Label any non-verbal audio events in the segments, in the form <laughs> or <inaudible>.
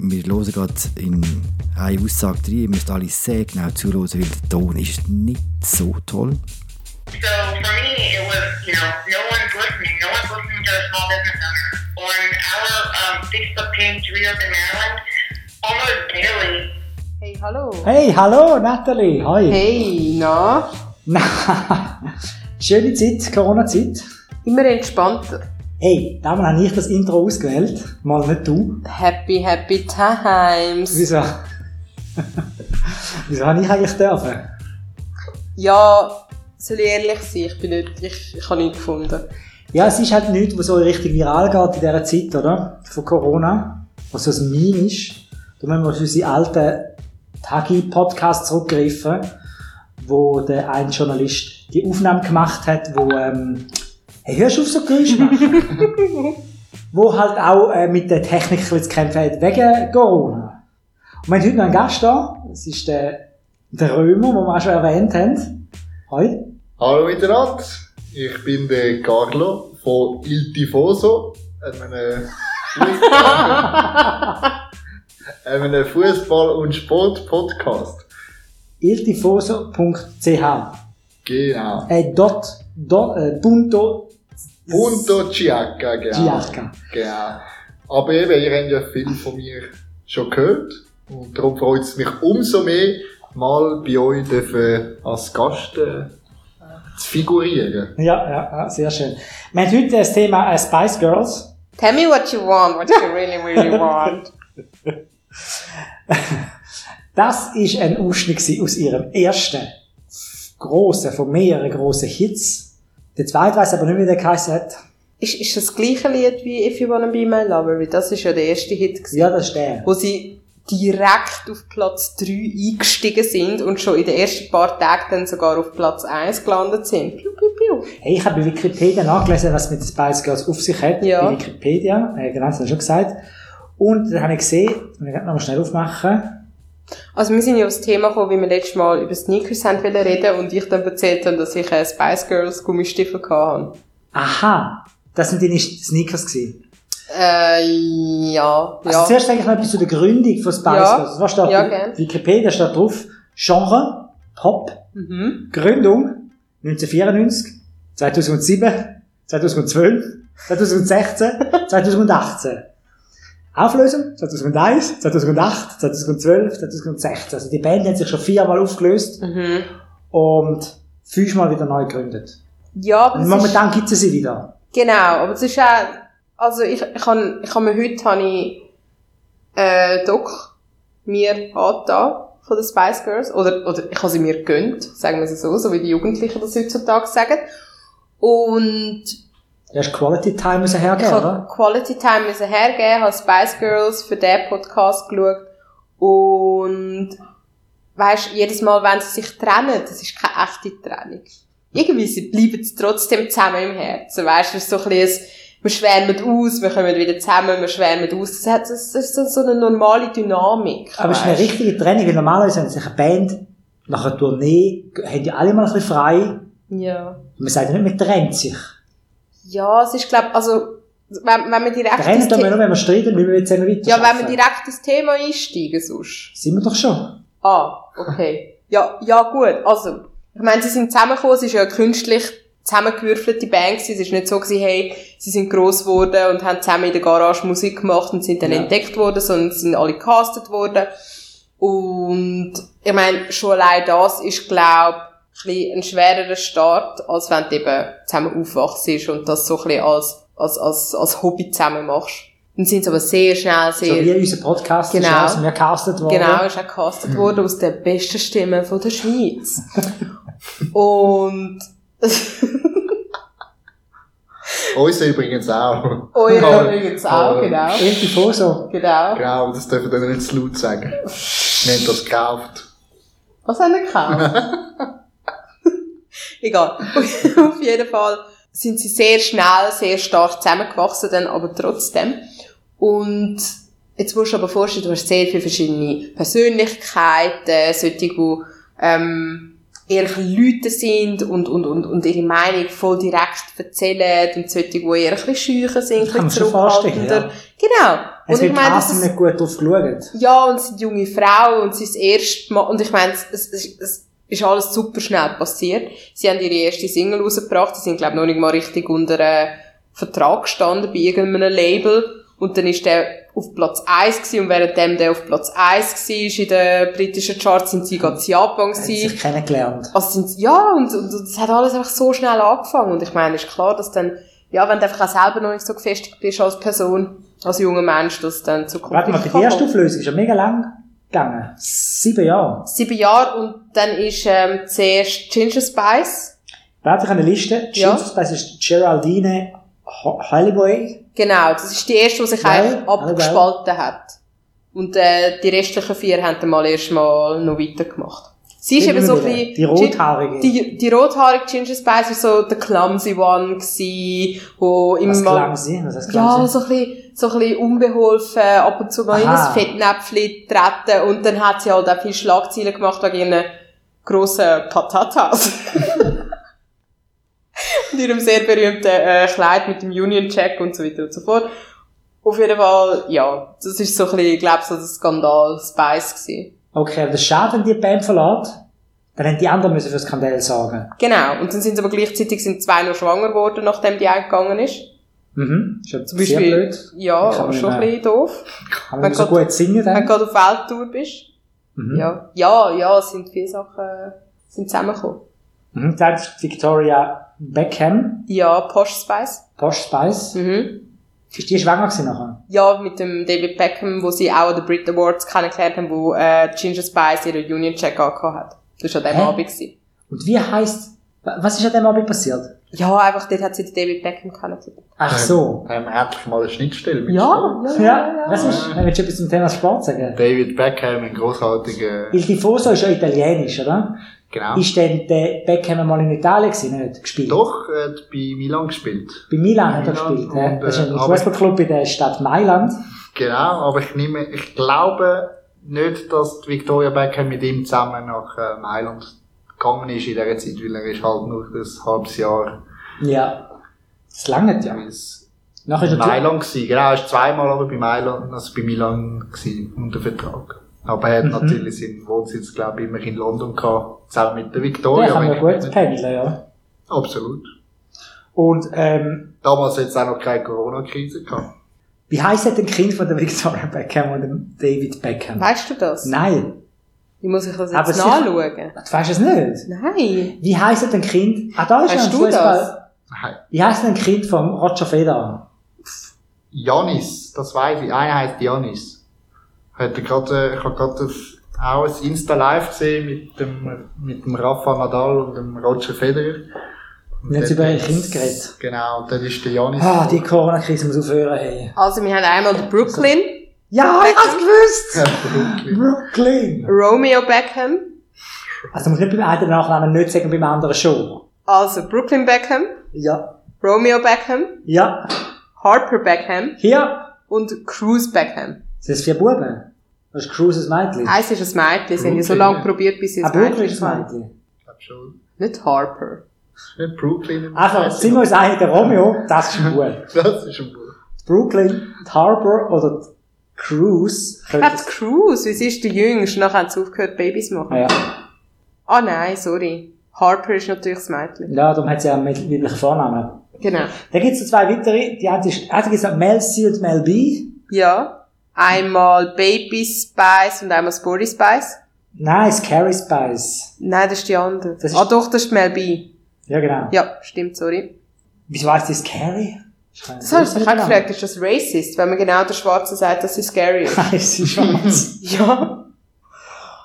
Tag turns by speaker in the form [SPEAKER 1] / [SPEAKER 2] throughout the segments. [SPEAKER 1] wir hören gerade in eine Aussage rein. Ihr müsst alle sehr genau zuhören, weil der Ton ist nicht so toll.
[SPEAKER 2] So for me, it was, you know, no one's listening. No one's listening to our small business owners. On our um, Facebook page, Reopen Maryland, almost daily,
[SPEAKER 3] Hey, hallo.
[SPEAKER 4] Hey, hallo Natalie. Hi.
[SPEAKER 3] Hey, na?
[SPEAKER 4] Na, <laughs> schöne Zeit, Corona-Zeit.
[SPEAKER 3] Immer entspannter.
[SPEAKER 4] Hey, damals habe ich das Intro ausgewählt, mal nicht du.
[SPEAKER 3] Happy, happy times.
[SPEAKER 4] Wieso? <laughs> Wieso habe ich eigentlich dürfen?
[SPEAKER 3] Ja, soll ich ehrlich sein, ich bin nicht, ich, ich habe nichts gefunden.
[SPEAKER 4] Ja, es ist halt nichts, was so richtig viral geht in dieser Zeit, oder? Von Corona, was so ein Meme ist. Da müssen wir auf unsere alten Tagi-Podcasts zurückgreifen, wo der ein Journalist die Aufnahme gemacht hat, wo ähm, hey, hörst du auf so Geräusche machen? wo halt auch äh, mit der Technik ein bisschen zu kämpfen hat, wegen Corona. Und wir haben heute noch einen Gast da, das ist der, der Römer, den wir auch schon erwähnt haben. Hoi.
[SPEAKER 5] Hallo miteinander, ich bin der Carlo von Il Tifoso, einem äh, <laughs> Fußball- und Sport-Podcast.
[SPEAKER 4] iltifoso.ch
[SPEAKER 5] Genau.
[SPEAKER 4] È dot, do, äh, punto,
[SPEAKER 5] Punto Giacca, genau.
[SPEAKER 4] Giacca.
[SPEAKER 5] genau. Aber eben, ihr habt ja viel von mir schon gehört und darum freut es mich umso mehr, mal bei euch dürfen als Gast äh, zu figurieren.
[SPEAKER 4] Ja, ja, ja, sehr schön. Wir haben heute das Thema äh, Spice Girls.
[SPEAKER 3] Tell me what you want, what you really,
[SPEAKER 4] <laughs>
[SPEAKER 3] really want.
[SPEAKER 4] Das ist ein Ausschnitt gewesen aus ihrem ersten grossen, von mehreren grossen Hits. Der zweite weiß aber nicht, wie der geheißen hat.
[SPEAKER 3] Ist, ist das gleiche Lied wie If You Wanna Be My Lover? Weil das ist ja der erste Hit, gewesen,
[SPEAKER 4] Ja, das ist der.
[SPEAKER 3] wo sie direkt auf Platz 3 eingestiegen sind und schon in den ersten paar Tagen dann sogar auf Platz 1 gelandet sind. Piu, piu, piu.
[SPEAKER 4] Hey, ich habe bei Wikipedia nachgelesen, was mit den Spice Girls auf sich hat.
[SPEAKER 3] Ja.
[SPEAKER 4] Bei Wikipedia, äh, genau, das habe ich schon gesagt. Und dann habe ich gesehen, und ich werde nochmal schnell aufmachen.
[SPEAKER 3] Also wir sind ja aufs Thema gekommen, wie wir letztes Mal über Sneakers haben wollen reden und ich dann erzählt habe, dass ich äh, Spice Girls Gummistiefel hatte.
[SPEAKER 4] Aha, das sind deine Sneakers gewesen.
[SPEAKER 3] Äh, ja,
[SPEAKER 4] Also
[SPEAKER 3] ja.
[SPEAKER 4] zuerst sage ich mal etwas zu der Gründung von Spice
[SPEAKER 3] Ja.
[SPEAKER 4] Girls. Also Was steht
[SPEAKER 3] Ja,
[SPEAKER 4] auf
[SPEAKER 3] gerne.
[SPEAKER 4] Wikipedia steht drauf, Genre, Pop,
[SPEAKER 3] Mhm.
[SPEAKER 4] Gründung 1994, 2007, 2012,
[SPEAKER 3] <laughs>
[SPEAKER 4] 2016, 2018. Auflösung 2001, 2008, 2012, 2016. Also die Band hat sich schon viermal aufgelöst
[SPEAKER 3] Mhm.
[SPEAKER 4] und fünfmal wieder neu gegründet.
[SPEAKER 3] Ja, aber
[SPEAKER 4] Und
[SPEAKER 3] es
[SPEAKER 4] momentan gibt es sie wieder.
[SPEAKER 3] Ist, genau, aber es ist auch, also ich, ich habe ich hab mir heute habe ich, äh, Doc mir angetan von den Spice Girls oder, oder ich habe sie mir gönnt, sagen wir es so, so wie die Jugendlichen das heutzutage sagen. Und
[SPEAKER 4] Du hast Quality Time müssen
[SPEAKER 3] Ich
[SPEAKER 4] hergeben,
[SPEAKER 3] habe
[SPEAKER 4] oder?
[SPEAKER 3] Also Quality Time müssen hergeben, habe Spice Girls für diesen Podcast geschaut und weißt, jedes Mal, wenn sie sich trennen, das ist keine echte Trennung. Irgendwie sie bleiben sie trotzdem zusammen im Herzen, weißt, es ist so ein bisschen, ein- wir schwärmen aus, wir kommen wieder zusammen, wir schwärmen aus, das, hat, das ist so- so eine normale Dynamik.
[SPEAKER 4] Aber es ist eine
[SPEAKER 3] weisst.
[SPEAKER 4] richtige Trennung, weil normalerweise haben sich eine Band nach einer Tournee, haben die alle mal ein bisschen frei. Und
[SPEAKER 3] Ja.
[SPEAKER 4] man sagt ja nicht, man trennt sich.
[SPEAKER 3] Ja, es ist, glaube also, wenn, wenn man direkt
[SPEAKER 4] Trennen tun
[SPEAKER 3] Thema-
[SPEAKER 4] wir nur, wenn wir streiten, weil wir jetzt zusammen weiter
[SPEAKER 3] ja, wenn wir
[SPEAKER 4] arbeiten.
[SPEAKER 3] direkt ins Thema einsteigen sonst.
[SPEAKER 4] Sind wir doch schon.
[SPEAKER 3] Ah, okay. Ja, ja, gut. Also, ich meine, sie sind zusammengekommen, es ist ja eine künstlich zusammengewürfelte Band gewesen. Es ist nicht so gewesen, hey, sie sind gross geworden und haben zusammen in der Garage Musik gemacht und sind dann
[SPEAKER 4] Ja.
[SPEAKER 3] entdeckt worden, sondern sie sind alle gecastet worden. Und, ich meine, schon allein das ist, glaube ich, ein schwererer Start, als wenn du eben zusammen aufwachst und das so ein bisschen als, als, als, als Hobby zusammen machst. Dann sind sie aber sehr schnell, sehr...
[SPEAKER 4] So wie unser Podcast
[SPEAKER 3] Genau.
[SPEAKER 4] ist auch, sind wir castet worden.
[SPEAKER 3] Genau, ist auch gecastet worden aus den besten Stimmen von der Schweiz. Und
[SPEAKER 5] Uns übrigens auch. <laughs>
[SPEAKER 3] eure übrigens auch, genau.
[SPEAKER 4] Irgendwie vor so.
[SPEAKER 3] Genau.
[SPEAKER 5] Genau, das dürfen wir dann nicht zu laut sagen. Wir haben das gekauft.
[SPEAKER 3] Was haben wir gekauft? <laughs> Egal. <laughs> Auf jeden Fall sind sie sehr schnell, sehr stark zusammengewachsen dann, aber trotzdem. Und jetzt musst du aber vorstellen, du hast sehr viele verschiedene Persönlichkeiten, solche, die, ähm, eher Leute sind und, und, und, und ihre Meinung voll direkt erzählen und solche, die eher ein bisschen schücher sind, ein
[SPEAKER 4] kann
[SPEAKER 3] bisschen
[SPEAKER 4] man schon vorstellen,
[SPEAKER 3] zurückhaltender. Genau.
[SPEAKER 4] Es
[SPEAKER 3] Und ich
[SPEAKER 4] wird
[SPEAKER 3] meine,
[SPEAKER 4] krass
[SPEAKER 3] das-
[SPEAKER 4] nicht gut drauf geschaut.
[SPEAKER 3] Ja, und sie ist junge Frau und sie ist das erste Mal, und ich meine, es, es, es ist alles super schnell passiert. Sie haben ihre erste Single rausgebracht, sie sind, glaube ich, noch nicht mal richtig unter äh, Vertrag gestanden bei irgendeinem Label. Und dann ist der auf Platz 1 gewesen, und währenddem der auf Platz 1 war, ist in den britischen Charts, sind sie ganz in Japan
[SPEAKER 4] Hat
[SPEAKER 3] gewesen.
[SPEAKER 4] sich kennengelernt.
[SPEAKER 3] Also sind, sie- ja, und, und, und es hat alles einfach so schnell angefangen. Und ich meine, ist klar, dass dann, ja, wenn du einfach auch selber noch nicht so gefestigt bist als Person, als junger Mensch, dass dann zu
[SPEAKER 4] Warte mal, die
[SPEAKER 3] Konflikten
[SPEAKER 4] erste
[SPEAKER 3] kommt.
[SPEAKER 4] Auflösung ist ja mega lang gegangen. Sieben Jahre.
[SPEAKER 3] Sieben Jahre und dann ist ähm, zuerst Ginger Spice.
[SPEAKER 4] Da hat sich eine Liste.
[SPEAKER 3] Ja.
[SPEAKER 4] Jesus, das ist Geraldine Ho- Halliway.
[SPEAKER 3] Genau, das ist die erste, die sich
[SPEAKER 4] Well,
[SPEAKER 3] eigentlich
[SPEAKER 4] well, well.
[SPEAKER 3] abgespalten hat. Und äh, die restlichen vier haben dann mal erstmal noch weitergemacht. Sie ist
[SPEAKER 4] Die
[SPEAKER 3] eben so ein
[SPEAKER 4] Brüder,
[SPEAKER 3] bisschen...
[SPEAKER 4] die Rothaarige.
[SPEAKER 3] Die, die rothaarige Ginger Spice war so der clumsy one, gewesen, wo
[SPEAKER 4] Was
[SPEAKER 3] immer mal...
[SPEAKER 4] klang sie? Was heißt klang
[SPEAKER 3] Ja,
[SPEAKER 4] sie?
[SPEAKER 3] so ein bisschen, so ein bisschen unbeholfen, ab und zu mal in
[SPEAKER 4] Aha.
[SPEAKER 3] ein Fettnäpfchen treten und dann hat sie halt auch viele Schlagzeilen gemacht wegen ihren grossen Patatas. <laughs> und ihrem sehr berühmten äh, Kleid mit dem Union Jack und so weiter und so fort. Auf jeden Fall, ja, das ist so ein bisschen, glaub so der Skandal Spice gewesen.
[SPEAKER 4] Okay, aber das ist schade, wenn die Band verlässt. Dann hätten die anderen müssen für Skandal sorgen.
[SPEAKER 3] Genau, und dann sind sie aber gleichzeitig sind zwei noch schwanger geworden, nachdem die eine gegangen ist.
[SPEAKER 4] Mhm. Ist ja
[SPEAKER 3] Zum
[SPEAKER 4] sehr
[SPEAKER 3] Beispiel,
[SPEAKER 4] blöd.
[SPEAKER 3] ja,
[SPEAKER 4] Ich kann
[SPEAKER 3] schon
[SPEAKER 4] mich
[SPEAKER 3] ein
[SPEAKER 4] nicht-
[SPEAKER 3] bisschen doof.
[SPEAKER 4] Kann
[SPEAKER 3] Wenn
[SPEAKER 4] man so
[SPEAKER 3] Gott-
[SPEAKER 4] gut singen
[SPEAKER 3] Wenn du
[SPEAKER 4] dann?
[SPEAKER 3] gerade auf Welttour bist.
[SPEAKER 4] Ähm, Mhm.
[SPEAKER 3] Ja, ja, ja, es sind viele Sachen äh, sind zusammengekommen.
[SPEAKER 4] Mhm. Dann ist Victoria Beckham,
[SPEAKER 3] Ja, Posh Spice.
[SPEAKER 4] Posh Spice.
[SPEAKER 3] Mhm.
[SPEAKER 4] Ist die schwanger gewesen nachher?
[SPEAKER 3] Ja, mit dem David Beckham, wo sie auch an den Brit Awards kennengelernt haben, wo äh, Ginger Spice ihren Union Jack angehabt hat. Das war an dem
[SPEAKER 4] Hä?
[SPEAKER 3] Abend. Gewesen.
[SPEAKER 4] Und wie heisst, wa- was ist an dem Abend passiert?
[SPEAKER 3] Ja, einfach dort hat sie den David Beckham kennengelernt.
[SPEAKER 4] Ach so.
[SPEAKER 5] Haben wir endlich mal eine Schnittstelle mit Sport.
[SPEAKER 4] Ja, was ist, willst du etwas zum Thema Sport sagen?
[SPEAKER 5] David Beckham, ein großartiger.
[SPEAKER 4] Il Tifoso ist ja italienisch, oder?
[SPEAKER 5] Genau.
[SPEAKER 4] Ist denn der Beckham mal in Italien gewesen, nicht gespielt?
[SPEAKER 5] Doch, er hat bei Milan gespielt.
[SPEAKER 4] Bei Milan hat er
[SPEAKER 5] Milan
[SPEAKER 4] gespielt.
[SPEAKER 5] und,
[SPEAKER 4] ja. Das ist
[SPEAKER 5] äh,
[SPEAKER 4] ein
[SPEAKER 5] aber-
[SPEAKER 4] Fußballclub in der Stadt Mailand.
[SPEAKER 5] Genau, aber ich nehme, ich glaube nicht, dass die Victoria Beckham mit ihm zusammen nach äh, Mailand gegangen ist in dieser Zeit, weil er ist halt nur das halbes Jahr
[SPEAKER 4] Ja. Das lange ja.
[SPEAKER 5] ins
[SPEAKER 4] Nachher ist er
[SPEAKER 5] Mailand gewesen. Genau, er ist zweimal aber bei Mailand, also bei Milan gewesen, unter Vertrag. Aber er hat
[SPEAKER 4] Mhm.
[SPEAKER 5] natürlich seinen Wohnsitz, glaube ich, immer in London gehabt, zusammen mit der
[SPEAKER 4] zu,
[SPEAKER 5] Victoria.
[SPEAKER 4] der kann man
[SPEAKER 5] wenn ich
[SPEAKER 4] gut
[SPEAKER 5] mich
[SPEAKER 4] pendeln, ja.
[SPEAKER 5] nicht- Absolut.
[SPEAKER 4] Und ähm,
[SPEAKER 5] Damals hat es auch noch keine Corona-Krise gehabt.
[SPEAKER 4] wie heisst denn Kind von der Victoria Beckham und dem David Beckham?
[SPEAKER 3] Weißt du das?
[SPEAKER 4] Nein.
[SPEAKER 3] Wie muss ich das
[SPEAKER 4] Aber
[SPEAKER 3] jetzt
[SPEAKER 4] sicher-
[SPEAKER 3] nachschauen?
[SPEAKER 4] Du weißt es nicht.
[SPEAKER 3] Nein.
[SPEAKER 4] Wie heisst denn Kind? Ah, da ist
[SPEAKER 3] Weißt
[SPEAKER 4] ja ein
[SPEAKER 3] du
[SPEAKER 4] Fußball.
[SPEAKER 3] das?
[SPEAKER 5] Nein.
[SPEAKER 4] Wie heisst denn Kind von Roger Federer?
[SPEAKER 5] Janis, das weiß ich. Einer heißt Janis. Hat er gerade, äh, ich habe gerade das- auch ein Insta-Live gesehen mit dem, mit dem Rafa Nadal und dem Roger Federer. Und
[SPEAKER 4] Wir haben
[SPEAKER 5] dort
[SPEAKER 4] über ein
[SPEAKER 5] hat's-
[SPEAKER 4] Kind geredet.
[SPEAKER 5] Genau, und dann ist der Janis.
[SPEAKER 4] Ah,
[SPEAKER 5] <laughs>
[SPEAKER 4] die Corona-Krise muss aufhören, hey.
[SPEAKER 3] Also, wir haben einmal den Brooklyn,
[SPEAKER 4] Ja, ich hab's gewusst!
[SPEAKER 5] Absolut.
[SPEAKER 4] Brooklyn!
[SPEAKER 3] Romeo Beckham,
[SPEAKER 4] Also du musst nicht beim einen Nachnamen nicht sagen, beim anderen schon.
[SPEAKER 3] also Brooklyn Beckham,
[SPEAKER 4] Ja.
[SPEAKER 3] Romeo Beckham,
[SPEAKER 4] Ja.
[SPEAKER 3] Harper Beckham
[SPEAKER 4] Hier.
[SPEAKER 3] und Cruz Beckham.
[SPEAKER 4] Sind es vier Buben? Das ist Cruises Mädchen.
[SPEAKER 3] Eins ist ein Mädchen, sie haben ja so
[SPEAKER 5] Brooklyn,
[SPEAKER 3] lange
[SPEAKER 5] ja.
[SPEAKER 3] probiert, bis sie
[SPEAKER 4] Ah,
[SPEAKER 3] ein
[SPEAKER 4] Brooklyn
[SPEAKER 3] Mädchen
[SPEAKER 4] ist ein
[SPEAKER 3] fand.
[SPEAKER 4] Mädchen.
[SPEAKER 5] Ich glaub schon.
[SPEAKER 3] Nicht Harper.
[SPEAKER 5] Nicht Brooklyn.
[SPEAKER 4] Also, sind wir uns einig, der Romeo, das ist ein Bub.
[SPEAKER 5] Das ist ein Buch.
[SPEAKER 4] Brooklyn, die Harbour oder die Cruise.
[SPEAKER 3] Ich
[SPEAKER 4] könnte
[SPEAKER 3] glaube, Cruz, wie sie ist der Jüngste, nachher haben sie aufgehört, Babys machen.
[SPEAKER 4] Ah, ja.
[SPEAKER 3] Ah nein, sorry. Harper ist natürlich das Mädchen.
[SPEAKER 4] ja, darum hat sie ja einen weiblichen Vornamen.
[SPEAKER 3] Genau.
[SPEAKER 4] Dann gibt es noch zwei weitere. Die eine ist, ah, eine ist Mel C und Mel B.
[SPEAKER 3] Ja. Einmal Baby Spice und einmal Sporty Spice.
[SPEAKER 4] Nein, Scary Spice.
[SPEAKER 3] Nein, das ist die andere.
[SPEAKER 4] Das ist-
[SPEAKER 3] ah doch, das ist Mel B.
[SPEAKER 4] Ja, genau.
[SPEAKER 3] Ja, stimmt, sorry.
[SPEAKER 4] Wieso heisst die Scary?
[SPEAKER 3] Das habe ich mich auch gefragt, ist das racist, wenn man genau der Schwarze sagt, dass sie scary ist?
[SPEAKER 4] Nein, sie
[SPEAKER 3] <laughs>
[SPEAKER 4] ist schwarz.
[SPEAKER 3] ja.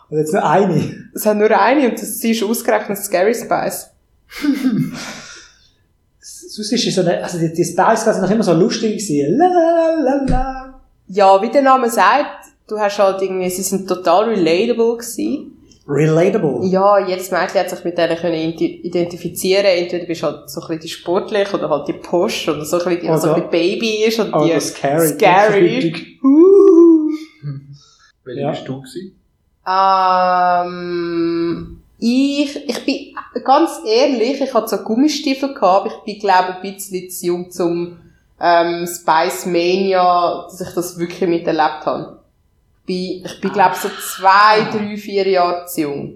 [SPEAKER 4] Und jetzt nur eine.
[SPEAKER 3] Es hat nur eine und das, sie ist ausgerechnet Scary Spice.
[SPEAKER 4] Sonst ist es so eine, also die, die Spice Girls sind noch immer so lustig gewesen. La, la, la, la, la.
[SPEAKER 3] Ja, wie der Name sagt, du hast halt irgendwie, sie sind total relatable gewesen.
[SPEAKER 4] Relatable.
[SPEAKER 3] Ja, jedes Mädchen hat sich mit denen können inti- identifizieren. Entweder bist du halt so ein bisschen die sportlich oder halt die Posch oder so ein bisschen, die halt so ein
[SPEAKER 4] Oder-
[SPEAKER 3] bisschen Baby ist und
[SPEAKER 4] Oder
[SPEAKER 3] die
[SPEAKER 4] Oh, scary.
[SPEAKER 3] scary. Uh.
[SPEAKER 5] Welcher
[SPEAKER 4] Ja.
[SPEAKER 5] bist du gewesen?
[SPEAKER 3] Ähm, ich, ich bin ganz ehrlich, ich hatte so Gummistiefel gehabt, aber ich bin glaube ich ein bisschen zu jung zum ähm, Spice Mania, dass ich das wirklich miterlebt habe. Ich bin, ich bin glaube so zwei, drei, vier Jahre zu jung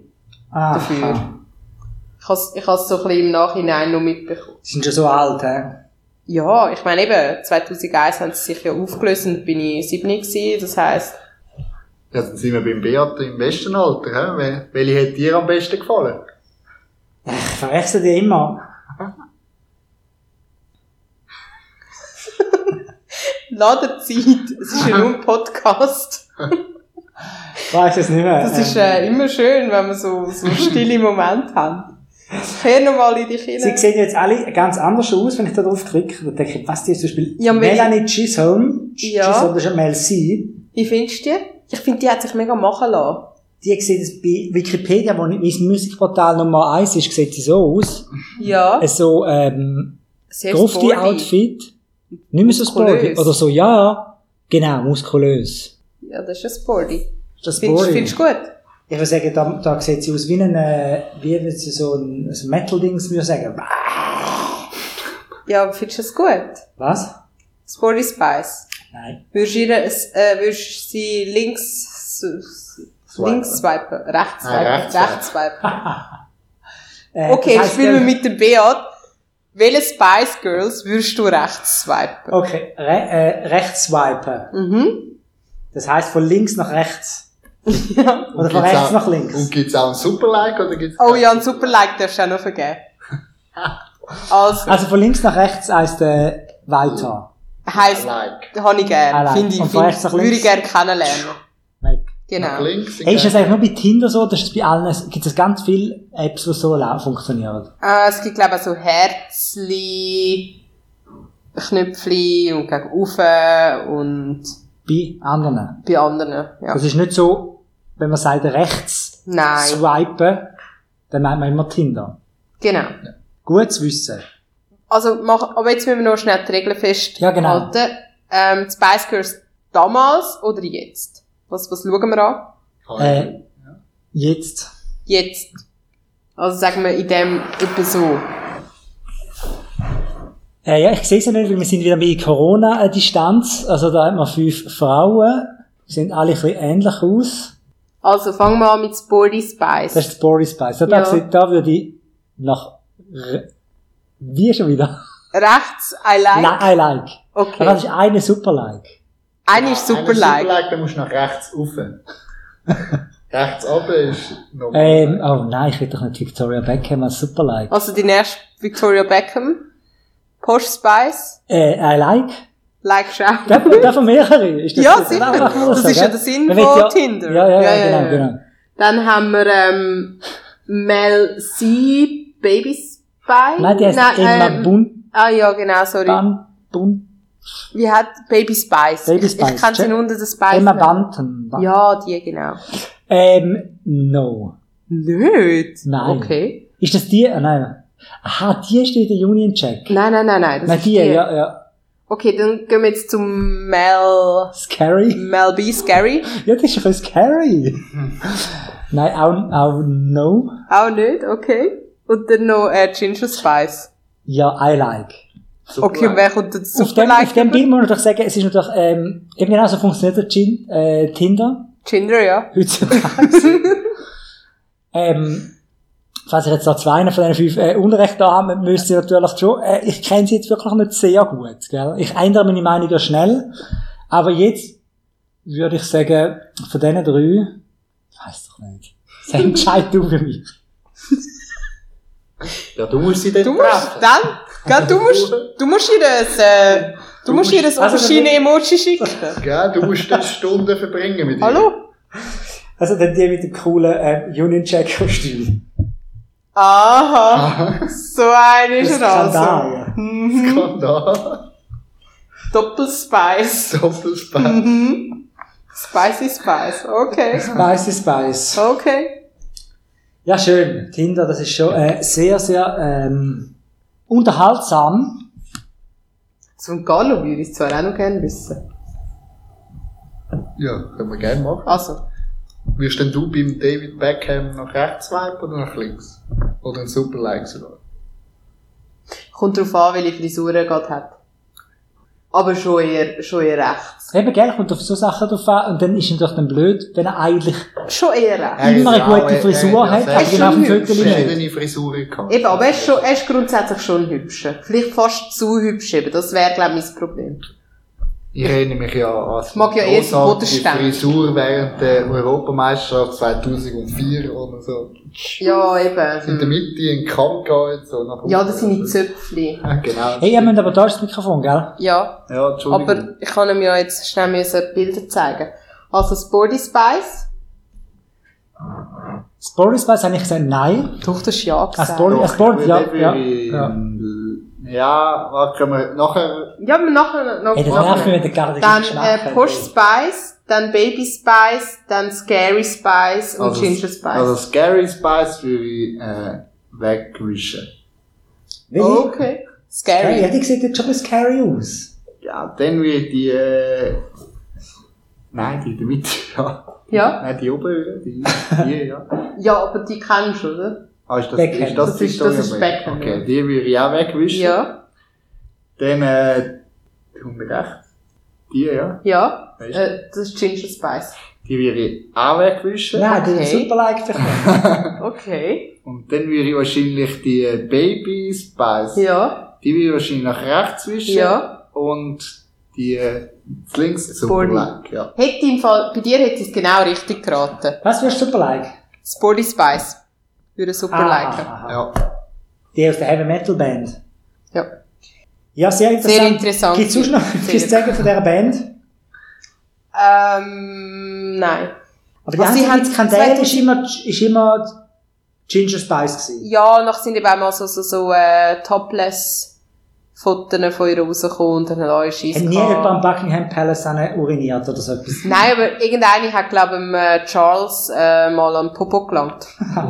[SPEAKER 4] Ah,
[SPEAKER 3] dafür. Ich habe ich has so ein bisschen im Nachhinein noch mitbekommen.
[SPEAKER 4] sind schon so alt, hä?
[SPEAKER 3] Ja, ich meine eben, 2001 haben sie sich ja aufgelöst und bin ich sieben gewesen, das heisst,
[SPEAKER 5] Ja, dann sind wir beim Beat im besten Alter. He? Wel- Welche hat dir am besten gefallen?
[SPEAKER 4] Ich verwechsel die immer.
[SPEAKER 3] ladet Zeit, es ist ja nur ein Podcast.
[SPEAKER 4] Ich weiß es nicht mehr.
[SPEAKER 3] Das ist
[SPEAKER 4] Ähm,
[SPEAKER 3] äh, immer schön, wenn wir so, so stille Momente haben. Hör nochmal in dich
[SPEAKER 4] Sie
[SPEAKER 3] hinein.
[SPEAKER 4] sehen jetzt alle ganz anders aus, wenn ich da drauf klicke. Dann denke ich, was die ist zum Beispiel
[SPEAKER 3] Ja, weil-
[SPEAKER 4] Melanie Chisholm.
[SPEAKER 3] Ja.
[SPEAKER 4] Chisholm, das ist eine Mel C.
[SPEAKER 3] Wie findest du die? Ich finde, die hat sich mega machen lassen.
[SPEAKER 4] Die sieht es bei Wikipedia, wo mein Musikportal Nummer 1 ist, sieht sie so aus. Äh,
[SPEAKER 3] Ja,
[SPEAKER 4] So, ähm,
[SPEAKER 3] sehr sporty.
[SPEAKER 4] Grufti-Outfit. Nicht mehr so sporty.
[SPEAKER 3] Muskulös.
[SPEAKER 4] Oder so, ja. Genau, muskulös.
[SPEAKER 3] Ja, das ist ein Sporty.
[SPEAKER 4] Ist das
[SPEAKER 3] Findest,
[SPEAKER 4] sporty?
[SPEAKER 3] findest du gut?
[SPEAKER 4] Ich würde sagen, da, da sieht sie aus wie ein, äh, wie würde sie so ein, ein Metal-Dings, würde ich sagen.
[SPEAKER 3] Ja, aber findest du es gut?
[SPEAKER 4] Was?
[SPEAKER 3] Sporty Spice.
[SPEAKER 4] Nein.
[SPEAKER 3] Würdest du ihr, es- äh, würdest du sie links, s- links swipen? Rechts
[SPEAKER 5] Ah,
[SPEAKER 3] swipen?
[SPEAKER 5] rechts
[SPEAKER 3] rechts swipen.
[SPEAKER 4] Äh,
[SPEAKER 3] Okay,
[SPEAKER 4] <laughs> das heisst,
[SPEAKER 3] spielen wir
[SPEAKER 4] ähm,
[SPEAKER 3] mit dem Beat. Welche Spice Girls würdest du rechts swipen?
[SPEAKER 4] Okay, re äh, rechts swipen.
[SPEAKER 3] Mhm.
[SPEAKER 4] Das heisst von links nach rechts.
[SPEAKER 3] <laughs> Ja.
[SPEAKER 4] Oder
[SPEAKER 5] Und
[SPEAKER 4] von
[SPEAKER 5] gibt's
[SPEAKER 4] rechts
[SPEAKER 5] auch-
[SPEAKER 4] nach links.
[SPEAKER 5] Und gibt's auch einen Superlike oder gibt's
[SPEAKER 3] Oh ja, ein super Like darfst du auch noch
[SPEAKER 4] <laughs>
[SPEAKER 3] vergeben. Also,
[SPEAKER 4] Also von links nach rechts heisst äh, weiter.
[SPEAKER 3] heisst,
[SPEAKER 5] Like.
[SPEAKER 3] habe ich
[SPEAKER 4] Ah,
[SPEAKER 3] gerne.
[SPEAKER 4] nein.
[SPEAKER 3] Finde ich,
[SPEAKER 4] Also, Und von
[SPEAKER 3] find,
[SPEAKER 4] rechts nach
[SPEAKER 3] würde ich
[SPEAKER 4] links?
[SPEAKER 3] gerne kennenlernen.
[SPEAKER 4] Weg.
[SPEAKER 5] Nach
[SPEAKER 3] Genau.
[SPEAKER 5] links.
[SPEAKER 4] Hey, ist das eigentlich nur bei Tinder so? Das ist bei allen, gibt es ganz viele Apps, die so lau- funktionieren.
[SPEAKER 3] Äh, es gibt, glaube ich, so Herzli, Knöpfli und gegen Ufe und
[SPEAKER 4] Bei anderen.
[SPEAKER 3] bei anderen. Ja.
[SPEAKER 4] Das ist nicht so, wenn man sagt rechts
[SPEAKER 3] Nein,
[SPEAKER 4] swipen, dann meint man immer Tinder.
[SPEAKER 3] genau.
[SPEAKER 4] Gut zu wissen.
[SPEAKER 3] Also, mach, aber jetzt müssen wir noch schnell die Regeln festhalten.
[SPEAKER 4] Ja, genau.
[SPEAKER 3] Ähm, die Spice Girls damals oder jetzt? Was, was schauen wir an?
[SPEAKER 4] Äh, jetzt.
[SPEAKER 3] Jetzt. Also sagen wir in dem etwa so.
[SPEAKER 4] Äh, ja, ich sehe es ja nicht, weil wir sind wieder bei Corona-Distanz. Also da hat man fünf Frauen, sehen alle ein bisschen ähnlich aus.
[SPEAKER 3] Also fangen wir an mit Sporty Spice.
[SPEAKER 4] Das ist das Boris Spice. Da,
[SPEAKER 3] Ja.
[SPEAKER 4] ja. da würde ich nach... re- Wie schon wieder?
[SPEAKER 3] Rechts, I like.
[SPEAKER 4] Li- I like. Aber
[SPEAKER 3] Okay.
[SPEAKER 4] das ist eine super like.
[SPEAKER 3] Eine ist super like.
[SPEAKER 5] Superlike, dann musst du nach rechts rauf. rechts runter ist normal.
[SPEAKER 4] Ähm, oh nein, ich will doch nicht Victoria Beckham als super like.
[SPEAKER 3] Also die nächste Victoria Beckham. Posh Spice.
[SPEAKER 4] Äh, I like.
[SPEAKER 3] Like Schau.
[SPEAKER 4] Darf man, darf man mehrere? Ist
[SPEAKER 3] Ja,
[SPEAKER 4] das
[SPEAKER 3] sicher.
[SPEAKER 4] Ach, muss
[SPEAKER 3] Das
[SPEAKER 4] man,
[SPEAKER 3] ist ja
[SPEAKER 4] gell?
[SPEAKER 3] der Sinn
[SPEAKER 4] Man will
[SPEAKER 3] von
[SPEAKER 4] ja-
[SPEAKER 3] Tinder.
[SPEAKER 4] Ja,
[SPEAKER 3] Ja,
[SPEAKER 4] ja,
[SPEAKER 3] ja,
[SPEAKER 4] ja,
[SPEAKER 3] ja.
[SPEAKER 4] genau, genau.
[SPEAKER 3] Dann haben wir ähm, Mel C. Baby Spice.
[SPEAKER 4] Nein, die heißt Emma
[SPEAKER 3] ähm,
[SPEAKER 4] Bun,
[SPEAKER 3] Ah ja, genau, sorry.
[SPEAKER 4] Ban, Bun,
[SPEAKER 3] Wie hat Baby Spice?
[SPEAKER 4] Baby
[SPEAKER 3] Ich, ich
[SPEAKER 4] Spice,
[SPEAKER 3] kann sie
[SPEAKER 4] check.
[SPEAKER 3] nur unter der Spice.
[SPEAKER 4] Emma
[SPEAKER 3] nennen.
[SPEAKER 4] Banten.
[SPEAKER 3] Ja, die genau.
[SPEAKER 4] Ähm, no.
[SPEAKER 3] Nicht?
[SPEAKER 4] Nein.
[SPEAKER 3] Okay.
[SPEAKER 4] Ist das die? Ah, nein. Aha, die ist in der Union Check.
[SPEAKER 3] Nein, nein, nein, nein. Das
[SPEAKER 4] nein,
[SPEAKER 3] ist
[SPEAKER 4] die, ja, ja.
[SPEAKER 3] Okay, dann gehen wir jetzt zum Mel.
[SPEAKER 4] Scary.
[SPEAKER 3] Mel B. Scary.
[SPEAKER 4] Ja, das ist ein bisschen scary. nein, auch, auch no.
[SPEAKER 3] Auch nicht, okay. Und dann noch äh, Ginger Spice.
[SPEAKER 4] Ja, I like.
[SPEAKER 3] Okay, wer kommt denn
[SPEAKER 4] auf dem, auf dem
[SPEAKER 3] Bild?
[SPEAKER 4] Bild muss ich doch sagen, es ist natürlich, ähm, eben genauso funktioniert der Gin, äh, Tinder
[SPEAKER 3] Ginger, ja.
[SPEAKER 4] heutzutage. ähm, falls ich jetzt da zwei von diesen fünf äh, Unrecht da habe, müsste ich natürlich schon, äh, ich kenne sie jetzt wirklich nicht sehr gut, gell? Ich ändere meine Meinung ja schnell, aber jetzt würde ich sagen, von diesen drei, ich weiss doch nicht, das <laughs> entscheidest du für mich.
[SPEAKER 5] Ja, du musst sie dann
[SPEAKER 3] Du musst, dann, gell, du musst, du musst ihr das, äh, du musst ihr das
[SPEAKER 4] Also,
[SPEAKER 3] Aubergine-Emoji schicken.
[SPEAKER 5] Gell, du musst dann Stunden verbringen mit ihr.
[SPEAKER 3] Hallo?
[SPEAKER 4] Also dann die mit dem coolen äh, Union-Check-Kostüm.
[SPEAKER 3] Aha,
[SPEAKER 5] Aha,
[SPEAKER 3] so ein ist er
[SPEAKER 4] Skandal,
[SPEAKER 3] also.
[SPEAKER 4] ja.
[SPEAKER 5] Skandal. <laughs>
[SPEAKER 3] Doppelspice.
[SPEAKER 5] Doppelspann.
[SPEAKER 3] Mhm. Spicy Spice, okay.
[SPEAKER 4] Spicy Spice.
[SPEAKER 3] Okay.
[SPEAKER 4] Ja, schön. Tinder, das ist schon äh, sehr, sehr ähm, unterhaltsam.
[SPEAKER 3] Zum Gallo würde ich es zwar auch noch gerne wissen.
[SPEAKER 5] Ja, können wir gerne machen.
[SPEAKER 3] Also,
[SPEAKER 5] Wirst denn du beim David Beckham nach rechts swipen oder nach links? Oder ein Superlike sogar?
[SPEAKER 3] kommt drauf an, welche Frisur er gerade hat. aber schon eher, schon eher rechts.
[SPEAKER 4] Eben, gell, kommt auf so Sachen drauf an und dann ist ihm doch dann blöd, wenn er eigentlich
[SPEAKER 3] Schon eher rechts.
[SPEAKER 5] Er
[SPEAKER 4] Immer
[SPEAKER 5] ist
[SPEAKER 4] eine gute
[SPEAKER 5] auch- er-
[SPEAKER 4] Frisur
[SPEAKER 5] er
[SPEAKER 4] hat,
[SPEAKER 5] selber
[SPEAKER 3] aber genau auf dem
[SPEAKER 5] schon
[SPEAKER 4] Foto nicht.
[SPEAKER 5] verschiedene Frisuren gehabt. Also,
[SPEAKER 3] Eben, aber er ist, schon, er ist grundsätzlich schon hübsch. Vielleicht fast zu hübsch eben, das wäre glaube ich mein Problem.
[SPEAKER 5] Ich erinnere mich ja an die
[SPEAKER 3] mag ja eher die
[SPEAKER 5] grossartige
[SPEAKER 3] Bodenstände.
[SPEAKER 5] Frisur während der Europameisterschaft 2004 oder so.
[SPEAKER 3] Ja,
[SPEAKER 5] In der
[SPEAKER 3] eben.
[SPEAKER 5] Mitte in den Kampf geht, so nach
[SPEAKER 3] Ja,
[SPEAKER 5] unten.
[SPEAKER 3] das sind die Zöpfchen.
[SPEAKER 5] Ja, Genau.
[SPEAKER 4] Hey, ähm, ihr müsst aber da ist das Mikrofon, gell?
[SPEAKER 3] Ja,
[SPEAKER 5] ja, Entschuldigung.
[SPEAKER 3] aber ich kann ihm ja jetzt schnell müssen Bilder zeigen. Also das Body Spice.
[SPEAKER 4] Das Boris Spice habe ich gesagt, nein.
[SPEAKER 3] Doch, das ist ja
[SPEAKER 4] Ah, das
[SPEAKER 3] gesagt.
[SPEAKER 4] Boris, das Boris, ja, ja. ja.
[SPEAKER 5] ja. Ja, was können wir nachher...
[SPEAKER 3] Ja, aber nachher noch.
[SPEAKER 4] Hey, das
[SPEAKER 3] nachher.
[SPEAKER 4] nervt mich, wenn der Garde
[SPEAKER 3] Dann äh, Posh Spice, dann Baby Spice, dann Scary Spice und Ginger Spice.
[SPEAKER 5] Also Scary Spice würde ich äh, wegwischen.
[SPEAKER 4] Okay.
[SPEAKER 3] okay.
[SPEAKER 4] Hey, ja,
[SPEAKER 3] Scary.
[SPEAKER 4] die sieht jetzt schon ein bisschen scary aus.
[SPEAKER 5] Ja, dann würde ich die... Äh, nein, die in der Mitte, <laughs> ja.
[SPEAKER 3] Ja?
[SPEAKER 5] Nein, die oben, die, die ja.
[SPEAKER 3] Ja, aber die kennst du, oder?
[SPEAKER 5] Ah, ist das,
[SPEAKER 4] Beckham.
[SPEAKER 5] ist das,
[SPEAKER 3] Das
[SPEAKER 5] die
[SPEAKER 3] ist- das ist
[SPEAKER 5] Story?
[SPEAKER 3] Beckham,
[SPEAKER 5] Okay,
[SPEAKER 3] ja.
[SPEAKER 5] die würde ich auch wegwischen.
[SPEAKER 3] Ja.
[SPEAKER 5] Dann, äh, tun wir echt. Die, ja.
[SPEAKER 3] Ja.
[SPEAKER 5] Weißt du?
[SPEAKER 3] Äh, das ist Ginger Spice.
[SPEAKER 5] Die würde ich auch wegwischen.
[SPEAKER 4] Nein, die
[SPEAKER 3] Okay.
[SPEAKER 4] ist super like
[SPEAKER 3] <laughs>
[SPEAKER 4] bekommen.
[SPEAKER 3] Okay.
[SPEAKER 5] Und dann würde ich wahrscheinlich die äh, Baby Spice,
[SPEAKER 3] Ja.
[SPEAKER 5] die würde ich wahrscheinlich nach rechts wischen.
[SPEAKER 3] Ja.
[SPEAKER 5] Und die äh, links zu
[SPEAKER 3] Body.
[SPEAKER 5] black, ja.
[SPEAKER 3] Hätte im Fall, bei dir hätte ich es genau richtig geraten.
[SPEAKER 4] Was wirst du super like?
[SPEAKER 3] Das Body Spice. Würde super liken.
[SPEAKER 4] aha.
[SPEAKER 5] ja.
[SPEAKER 4] Die aus der Heavy Metal Band.
[SPEAKER 3] Ja.
[SPEAKER 4] Ja, sehr interessant.
[SPEAKER 3] Sehr interessant.
[SPEAKER 4] Gibt es sonst noch
[SPEAKER 3] Sehr.
[SPEAKER 4] etwas zu sagen von dieser Band?
[SPEAKER 3] Ähm, nein.
[SPEAKER 4] Aber die
[SPEAKER 3] Also, sie
[SPEAKER 4] einzige
[SPEAKER 3] haben
[SPEAKER 4] mit Skandal
[SPEAKER 3] 2000
[SPEAKER 4] ist immer, ist immer Ginger Spice gewesen.
[SPEAKER 3] Ja, noch sind eben auch mal so, so, so, äh, topless Fotos von ihr rausgekommen und dann hat alle Scheiss
[SPEAKER 4] Hat nie
[SPEAKER 3] gehabt.
[SPEAKER 4] jemand am Buckingham Palace eine uriniert oder so etwas?
[SPEAKER 3] <laughs> Nein, aber irgendeine hat, glaube ich, äh, Charles äh, mal am Popo gelangt.
[SPEAKER 4] Ah,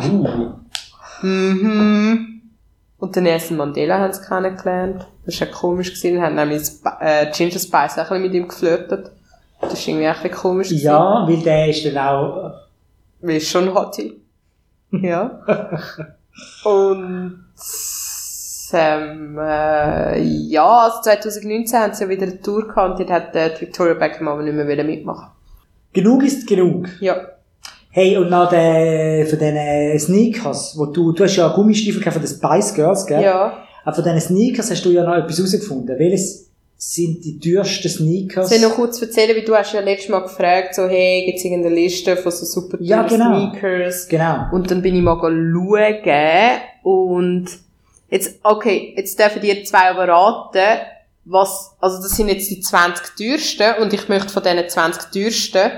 [SPEAKER 3] mhm. Und den Nelson Mandela haben sie kennengelernt. Das war ja komisch. Gewesen. Dann haben nämlich Sp- äh, Ginger Spice auch ein bisschen mit ihm geflirtet. Das war irgendwie auch ein bisschen komisch. gewesen.
[SPEAKER 4] Ja, weil der ist dann auch,
[SPEAKER 3] Weil es schon hatte. Ja.
[SPEAKER 4] <laughs>
[SPEAKER 3] Und ähm, äh, ja, also 2019 haben sie ja wieder eine Tour gehabt und dort hat äh, die Victoria Beckham aber nicht mehr wollen mitmachen
[SPEAKER 4] genug ist genug.
[SPEAKER 3] Ja.
[SPEAKER 4] Hey, und noch der, von diesen Sneakers, wo du, du hast ja Gummistiefel gehabt von den Spice Girls, gell?
[SPEAKER 3] Ja.
[SPEAKER 4] Aber von diesen Sneakers hast du ja noch etwas herausgefunden. Welches sind die teuersten Sneakers?
[SPEAKER 3] Soll ich noch kurz erzählen, wie du hast ja letztes Mal gefragt, so, hey, gibt's irgendeine Liste von so super
[SPEAKER 4] Ja,
[SPEAKER 3] teuren
[SPEAKER 4] genau.
[SPEAKER 3] Sneakers?
[SPEAKER 4] Genau.
[SPEAKER 3] Und dann bin ich mal schauen und jetzt, okay, jetzt dürfen die zwei aber raten, was, also das sind jetzt die 20 teuersten und ich möchte von diesen 20 teuersten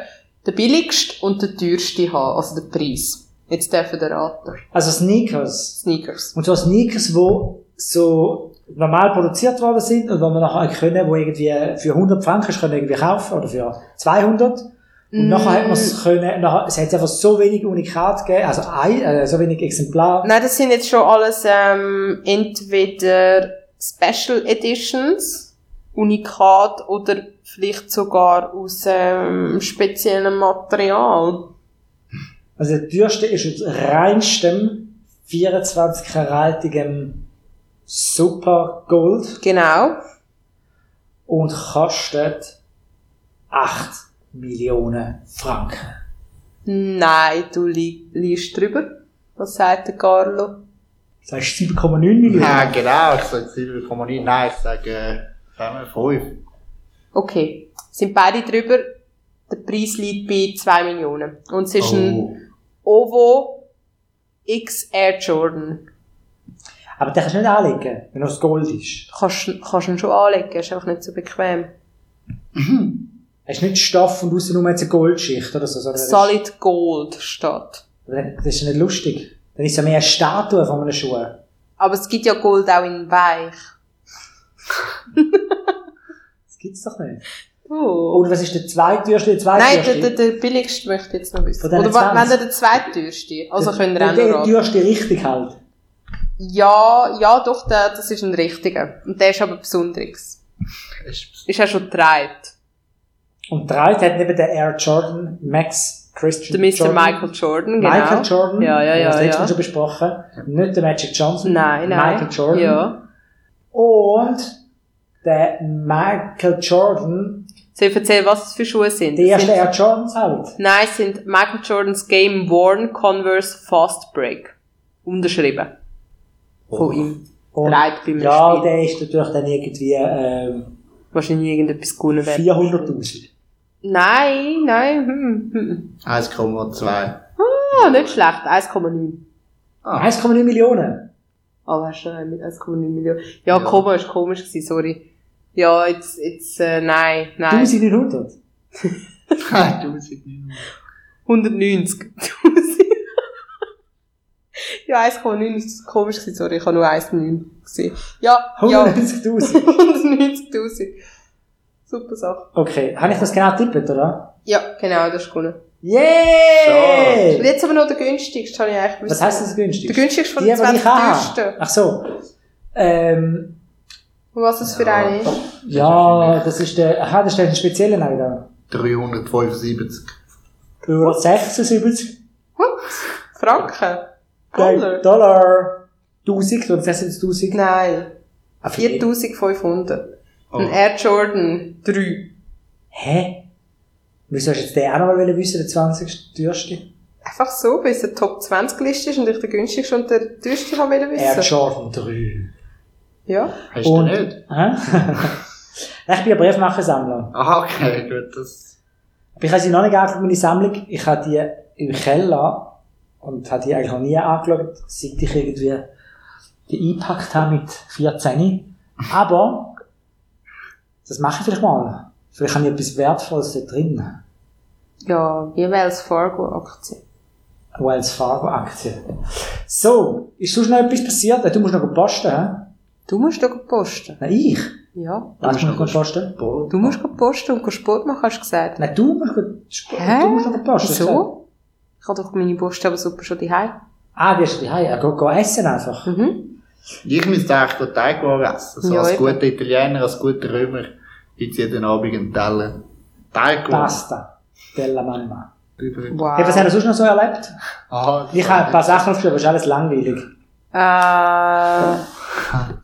[SPEAKER 3] den billigsten und den teuersten haben, also den Preis. Jetzt dürfen ihr raten.
[SPEAKER 4] Also Sneakers.
[SPEAKER 3] Sneakers.
[SPEAKER 4] Und zwar Sneakers, wo so normal produziert worden sind und wo man nachher können, wo irgendwie für 100 Franken hast du können irgendwie kaufen oder für 200. Und nachher hat man es können, nachher, es hat einfach so wenig Unikat gegeben, also ein, äh, so wenig Exemplar.
[SPEAKER 3] Nein, das sind jetzt schon alles ähm, entweder Special Editions, Unikat oder vielleicht sogar aus ähm, speziellem Material.
[SPEAKER 4] Also der teuerste ist aus reinstem 24 karatigem Super Gold
[SPEAKER 3] Genau.
[SPEAKER 4] und kostet 8 Millionen Franken.
[SPEAKER 3] Nein, du li liest drüber. Was sagt der Carlo?
[SPEAKER 4] Das heißt 7,9 Millionen.
[SPEAKER 5] ja, genau, ich sage 7,9, nein, ich sage äh, sagen wir 5.
[SPEAKER 3] Okay, sind beide drüber. Der Preis liegt bei 2 Millionen. Und es ist ein
[SPEAKER 4] Oh.
[SPEAKER 3] Ovo X Air Jordan.
[SPEAKER 4] Aber den kannst du nicht anlegen, wenn er aus Gold ist.
[SPEAKER 3] Kannst, kannst ihn schon anlegen, ist einfach nicht so bequem.
[SPEAKER 4] Es ist nicht Stoff und außen nur jetzt eine Goldschicht oder so. sondern es ist-
[SPEAKER 3] Solid Gold steht.
[SPEAKER 4] Aber dann- Das ist ja nicht lustig. Dann ist es ja mehr eine Statue von einem Schuh.
[SPEAKER 3] Aber es gibt ja Gold auch in weich.
[SPEAKER 4] Das gibt's doch nicht.
[SPEAKER 3] Oh.
[SPEAKER 4] Oder was ist der zweiteuerste, der
[SPEAKER 3] Nein,
[SPEAKER 4] zweiteuerste?
[SPEAKER 3] der, der, der billigste möchte ich jetzt noch wissen.
[SPEAKER 4] Von diesen
[SPEAKER 3] Oder wa-
[SPEAKER 4] 20?
[SPEAKER 3] wenn der der zweiteuerste. Also
[SPEAKER 4] Der-
[SPEAKER 3] könnt ihr
[SPEAKER 4] der-
[SPEAKER 3] auch noch
[SPEAKER 4] Der
[SPEAKER 3] raten.
[SPEAKER 4] teuerste richtig halt.
[SPEAKER 3] Ja, ja, doch, der, das ist ein richtiger. Und der ist aber besonderes. Ist auch schon gedreht.
[SPEAKER 4] Und drei hat neben der Air Jordan, Max
[SPEAKER 3] Der
[SPEAKER 4] Christian
[SPEAKER 3] Mr.
[SPEAKER 4] Jordan,
[SPEAKER 3] Michael Jordan, genau.
[SPEAKER 4] Michael Jordan.
[SPEAKER 3] Ja, ja,
[SPEAKER 4] den haben wir
[SPEAKER 3] ja.
[SPEAKER 4] das letzte Mal
[SPEAKER 3] ja.
[SPEAKER 4] schon besprochen. Nicht der Magic Johnson.
[SPEAKER 3] Nein, nein.
[SPEAKER 4] Michael Jordan.
[SPEAKER 3] Ja.
[SPEAKER 4] Und der Michael Jordan,
[SPEAKER 3] Soll ich erzählen, was es für Schuhe sind?
[SPEAKER 4] der erste
[SPEAKER 3] sind
[SPEAKER 4] Air Jordans halt.
[SPEAKER 3] Nein, es sind Michael Jordans Game Worn Converse Fast Break. Unterschrieben.
[SPEAKER 4] Oh.
[SPEAKER 3] Von ihm.
[SPEAKER 4] Und
[SPEAKER 3] Drei beim
[SPEAKER 4] ja,
[SPEAKER 3] Spiel.
[SPEAKER 4] der ist natürlich dann irgendwie ähm,
[SPEAKER 3] Wahrscheinlich irgendetwas gewonnen werden.
[SPEAKER 4] 400'000.
[SPEAKER 3] Nein, nein. Hm, hm.
[SPEAKER 5] 1,2. <laughs>
[SPEAKER 3] Ah, nicht schlecht. 1,9.
[SPEAKER 5] Ah.
[SPEAKER 4] 1,9 Millionen.
[SPEAKER 3] Aber hast du äh, mit 1,9 Millionen. Ja,
[SPEAKER 5] Ja.
[SPEAKER 3] Komma ist komisch gewesen, sorry. Ja, jetzt, jetzt, äh, nein, nein.
[SPEAKER 4] 1900.
[SPEAKER 5] 1000.
[SPEAKER 3] 190. 1000. <laughs> ja, 1,9 ist komisch gewesen, sorry. Ich habe nur 1,9 gesehen. Ja, ja.
[SPEAKER 4] 190'000.
[SPEAKER 3] 190.000. Super Sache.
[SPEAKER 4] Okay, habe ich das genau getippt, oder?
[SPEAKER 3] Ja, genau, das ist gewonnen. Und
[SPEAKER 4] Yeah!
[SPEAKER 3] jetzt aber noch der günstigste, habe ich eigentlich
[SPEAKER 4] Was heisst das günstig?
[SPEAKER 3] Der günstigste von
[SPEAKER 4] Die,
[SPEAKER 3] den
[SPEAKER 4] die ich
[SPEAKER 3] 20
[SPEAKER 4] habe.
[SPEAKER 3] teuersten.
[SPEAKER 4] Ach so. Ähm,
[SPEAKER 3] Und was das für
[SPEAKER 5] Ja.
[SPEAKER 3] eine ist?
[SPEAKER 4] ja, ne? das ist der, aha, das ist der spezielle Name da.
[SPEAKER 5] 375.
[SPEAKER 4] 376
[SPEAKER 3] What? Franken?
[SPEAKER 4] Dollar.
[SPEAKER 3] Dollar?
[SPEAKER 4] Dollar. 1000, 376
[SPEAKER 3] Nein.
[SPEAKER 4] Ah, für-
[SPEAKER 3] 4500.
[SPEAKER 5] Oh.
[SPEAKER 3] Ein Air Jordan 3.
[SPEAKER 4] Hä? Wieso hast du jetzt den auch nochmal wissen, der 20. teuerste?
[SPEAKER 3] Einfach so, weil es eine Top 20 Liste ist und ich der günstigste und der teuerste haben wollte
[SPEAKER 4] Air
[SPEAKER 3] wissen.
[SPEAKER 4] Jordan 3.
[SPEAKER 3] Ja.
[SPEAKER 5] Hast du nicht?
[SPEAKER 4] Hä? ich bin ein Briefmarkensammler.
[SPEAKER 5] Aha, okay, gut, das.
[SPEAKER 4] Aber ich habe sie noch nicht angeschaut, meine Sammlung. Ich habe die im Keller und habe die eigentlich noch nie angeschaut, seit ich irgendwie die eingepackt habe mit 14. Aber das mache ich vielleicht mal. Vielleicht habe ich etwas Wertvolles da drin.
[SPEAKER 3] Ja, wie Wells Fargo Aktie.
[SPEAKER 4] Wells Fargo Aktie. So, ist sonst noch etwas passiert? Du musst noch posten, hä?
[SPEAKER 3] Du musst doch posten.
[SPEAKER 4] Nein, ich?
[SPEAKER 3] Ja.
[SPEAKER 4] Was
[SPEAKER 5] musst
[SPEAKER 4] muss ich
[SPEAKER 5] noch
[SPEAKER 4] posten?
[SPEAKER 5] Boah.
[SPEAKER 3] Du musst posten und Sport machen, hast du gesagt.
[SPEAKER 4] Nein, du musst, Sport,
[SPEAKER 3] Hä?
[SPEAKER 4] du musst noch posten.
[SPEAKER 3] Wieso? Ich habe doch meine Post aber super schon daheim.
[SPEAKER 4] Ah, gehst du die Hause? Geh, geh essen einfach.
[SPEAKER 3] Mhm.
[SPEAKER 5] Ich müsste eigentlich den Teigwaren essen. So
[SPEAKER 3] Ja,
[SPEAKER 5] als
[SPEAKER 3] eben.
[SPEAKER 5] guter Italiener, als guter Römer gibt's jeden Abend einen Teller. Teigwaren.
[SPEAKER 4] Pasta. Della Mamma.
[SPEAKER 3] Wow.
[SPEAKER 4] Hey, was hast du sonst noch so erlebt?
[SPEAKER 5] Aha, das
[SPEAKER 4] Ich habe ein paar Sachen aufgeschrieben, aber ist alles langweilig.
[SPEAKER 3] Äh,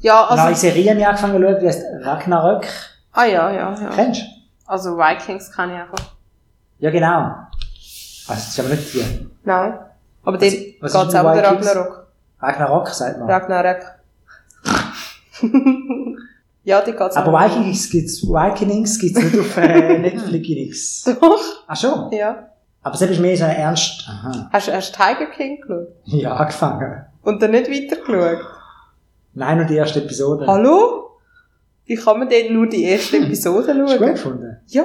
[SPEAKER 3] ja,
[SPEAKER 4] Also, Neue
[SPEAKER 3] also.
[SPEAKER 4] Serie habe ich angefangen zu schauen, die heißt Ragnarök.
[SPEAKER 3] Ah ja, ja, ja.
[SPEAKER 4] Kennst du?
[SPEAKER 3] Also Vikings kann ich einfach.
[SPEAKER 4] Ja, genau. Also, das ist aber nicht die.
[SPEAKER 3] Nein. Aber
[SPEAKER 4] Was-
[SPEAKER 3] dort geht
[SPEAKER 4] was
[SPEAKER 3] es
[SPEAKER 4] ist
[SPEAKER 3] auch um
[SPEAKER 4] mit
[SPEAKER 3] den
[SPEAKER 4] Vikings? Ah.
[SPEAKER 3] Ragnarok.
[SPEAKER 4] Ragnarök, sagt man.
[SPEAKER 3] Ragnarok. <laughs> ja, dort um geht es
[SPEAKER 4] aber Vikings gibt's, Vikings gibt's nicht auf äh, Netflix. nix.
[SPEAKER 3] Doch.
[SPEAKER 4] Ach
[SPEAKER 3] <laughs>
[SPEAKER 4] schon?
[SPEAKER 3] Ja.
[SPEAKER 4] Aber selbst mehr so eine ernst, aha.
[SPEAKER 3] Hast du erst Tiger King geschaut?
[SPEAKER 4] <laughs> Ja, angefangen.
[SPEAKER 3] Und dann nicht weitergeschaut?
[SPEAKER 4] Nein, nur die erste Episode.
[SPEAKER 3] Hallo? Wie kann man denn nur die erste Episode
[SPEAKER 4] Hast du gut
[SPEAKER 3] schauen?
[SPEAKER 4] gefunden?
[SPEAKER 3] Ja!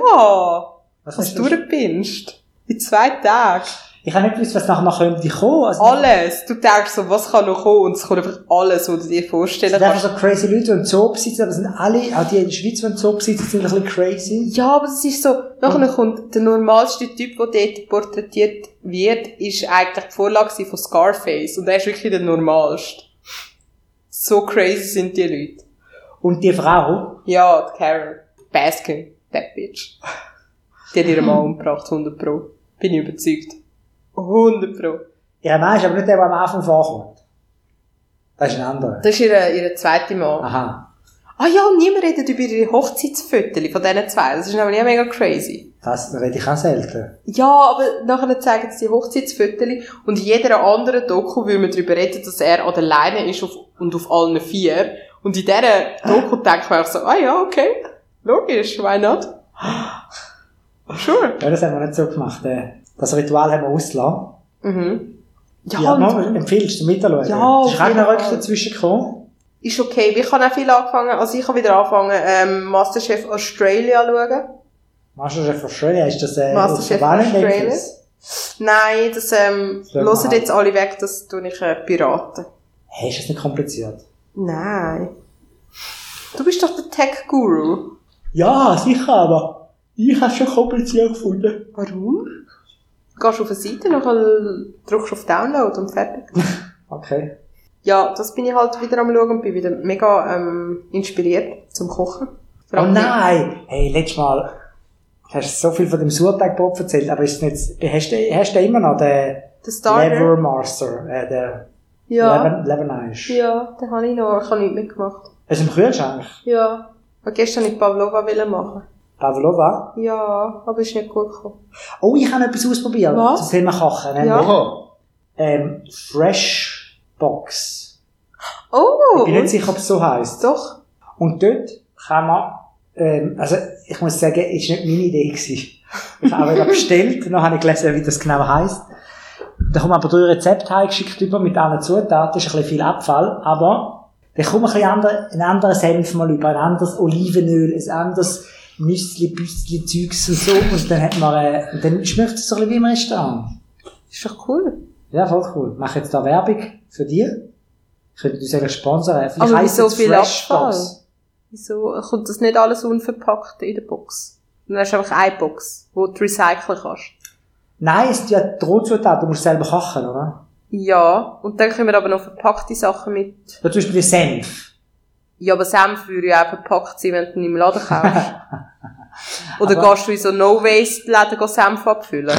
[SPEAKER 3] Was
[SPEAKER 4] Was hast
[SPEAKER 3] du durchbinst. In zwei Tagen.
[SPEAKER 4] Ich habe nicht gewusst, was nachher noch könnte kommen. Also,
[SPEAKER 3] Alles. Du denkst so, was kann noch kommen? Und es kommt einfach alles, was du dir
[SPEAKER 4] Es
[SPEAKER 3] vorstellen
[SPEAKER 4] sind einfach
[SPEAKER 3] kannst.
[SPEAKER 4] so crazy Leute, die einen Zoo besitzen, aber es sind alle, auch die in der Schweiz, die einen Zoo besitzen, sind ein bisschen crazy.
[SPEAKER 3] Ja, aber es ist so, nachher kommt der normalste Typ, der dort porträtiert wird, ist eigentlich die Vorlage gewesen von Scarface. Und er ist wirklich der normalste. So crazy sind die Leute.
[SPEAKER 4] Und die Frau,
[SPEAKER 3] Ja, die Carol. Baskin. That bitch. Die hat ihren Mann umgebracht, 100 pro. Bin ich überzeugt. 100 pro.
[SPEAKER 4] ihr Mann ist aber nicht der, der am Anfang vorkommt. Das ist ein anderer.
[SPEAKER 3] Das ist ihre, ihre zweite Mann.
[SPEAKER 4] Aha.
[SPEAKER 3] Ah ja, und niemand redet über ihre Hochzeitsfotos von diesen zwei. Das ist nämlich auch mega crazy.
[SPEAKER 4] Das rede ich auch selten.
[SPEAKER 3] Ja, aber nachher zeigen sie die Hochzeitsfotos und in jeder anderen Doku will man darüber reden, dass er an der Leine ist auf, und auf allen vier. Und in dieser Doku denkt man auch so, ah ja, okay, logisch, why not? Sure.
[SPEAKER 4] Ja, das haben wir nicht so gemacht. äh. Das Ritual haben wir ausgelassen.
[SPEAKER 3] Mhm. Ja,
[SPEAKER 4] Ja, ja
[SPEAKER 3] und
[SPEAKER 4] Mama, empfiehlst du mitzuschauen?
[SPEAKER 3] Ja,
[SPEAKER 4] Ist auch
[SPEAKER 3] auf jeden
[SPEAKER 4] noch
[SPEAKER 3] Fall.
[SPEAKER 4] dazwischen gekommen?
[SPEAKER 3] ist okay. Ich habe auch viel angefangen, also ich habe wieder angefangen, ähm, Masterchef Australia schauen.
[SPEAKER 4] Masterchef Australia, ist das äh,
[SPEAKER 3] Masterchef
[SPEAKER 4] auf der Wahl-
[SPEAKER 3] Australia?
[SPEAKER 4] Netflix?
[SPEAKER 3] Nein, das, ähm,
[SPEAKER 4] Schauen wir
[SPEAKER 3] hören
[SPEAKER 4] mal.
[SPEAKER 3] jetzt alle weg, das tue ich äh, Piraten.
[SPEAKER 4] Hey, ist das nicht kompliziert?
[SPEAKER 3] Nein. Du bist doch der Tech-Guru.
[SPEAKER 4] Ja, sicher, aber ich habe es schon kompliziert gefunden.
[SPEAKER 3] Warum? Du gehst auf eine Seite, nachher drückst auf Download und fertig.
[SPEAKER 4] Okay. Oh
[SPEAKER 3] Ja, das bin ich halt wieder am schauen und bin wieder mega ähm, inspiriert zum Kochen.
[SPEAKER 4] Oh nein! Hey, letztes Mal hast du so viel von dem Surteigbrot erzählt, aber ist nicht, hast du, hast du immer noch den
[SPEAKER 3] Der Starter.
[SPEAKER 4] Levermaster, äh, der
[SPEAKER 3] ja.
[SPEAKER 4] Lever, Levernice?
[SPEAKER 3] Ja, den habe ich noch. Ich habe nichts mitgemacht.
[SPEAKER 4] Ist im Kühlschrank?
[SPEAKER 3] Ja. Und gestern wollte ich Pavlova wollen machen.
[SPEAKER 4] Pavlova.
[SPEAKER 3] Ja, aber ist nicht gut gekommen.
[SPEAKER 4] Oh, ich habe etwas ausprobiert.
[SPEAKER 3] Was?
[SPEAKER 4] Zum Thema Kochen.
[SPEAKER 3] Ja.
[SPEAKER 4] nämlich,
[SPEAKER 5] Aha.
[SPEAKER 4] Ähm, Fresh Box.
[SPEAKER 3] Oh!
[SPEAKER 4] Ich bin nicht sicher, ob es so heisst.
[SPEAKER 3] Doch.
[SPEAKER 4] Und dort kann man, ähm, also ich muss sagen, ist nicht meine Idee gewesen. Ich habe aber bestellt, <laughs> noch habe ich gelesen, wie das genau heisst. Da kommen aber drei Rezepte heimgeschickt über mit allen Zutaten, ist ein bisschen viel Abfall, aber da kommt ein bisschen ander, ein anderes Senf mal über, ein anderes Olivenöl, ein anderes Nüssli, Büssli, Zeugs und so, und dann hat man, äh, und dann schmeckt es so ein bisschen wie im Restaurant.
[SPEAKER 3] Ist doch cool.
[SPEAKER 4] Ja, voll cool. Mach jetzt da Werbung für dich. Könntet ihr uns eigentlich sponsern? Vielleicht
[SPEAKER 3] Aber
[SPEAKER 4] heisst
[SPEAKER 3] wieso
[SPEAKER 4] es
[SPEAKER 3] viel
[SPEAKER 4] Fresh
[SPEAKER 3] Abfall?
[SPEAKER 4] Box.
[SPEAKER 3] Wieso kommt das nicht alles unverpackt in der Box? Dann hast du einfach eine Box, wo du recyceln kannst.
[SPEAKER 4] Nein, es ist ja die Rohzutat, du musst selber kochen, oder?
[SPEAKER 3] Ja, und dann können wir aber noch verpackte Sachen mit.
[SPEAKER 4] Ja, zum Beispiel den Senf.
[SPEAKER 3] Ja, aber Senf würde ja auch verpackt sein, wenn du ihn im Laden
[SPEAKER 4] <laughs>
[SPEAKER 3] kaufst. Oder
[SPEAKER 4] Aber-
[SPEAKER 3] gehst du in so No-Waste-Läden gehen Senf abfüllen?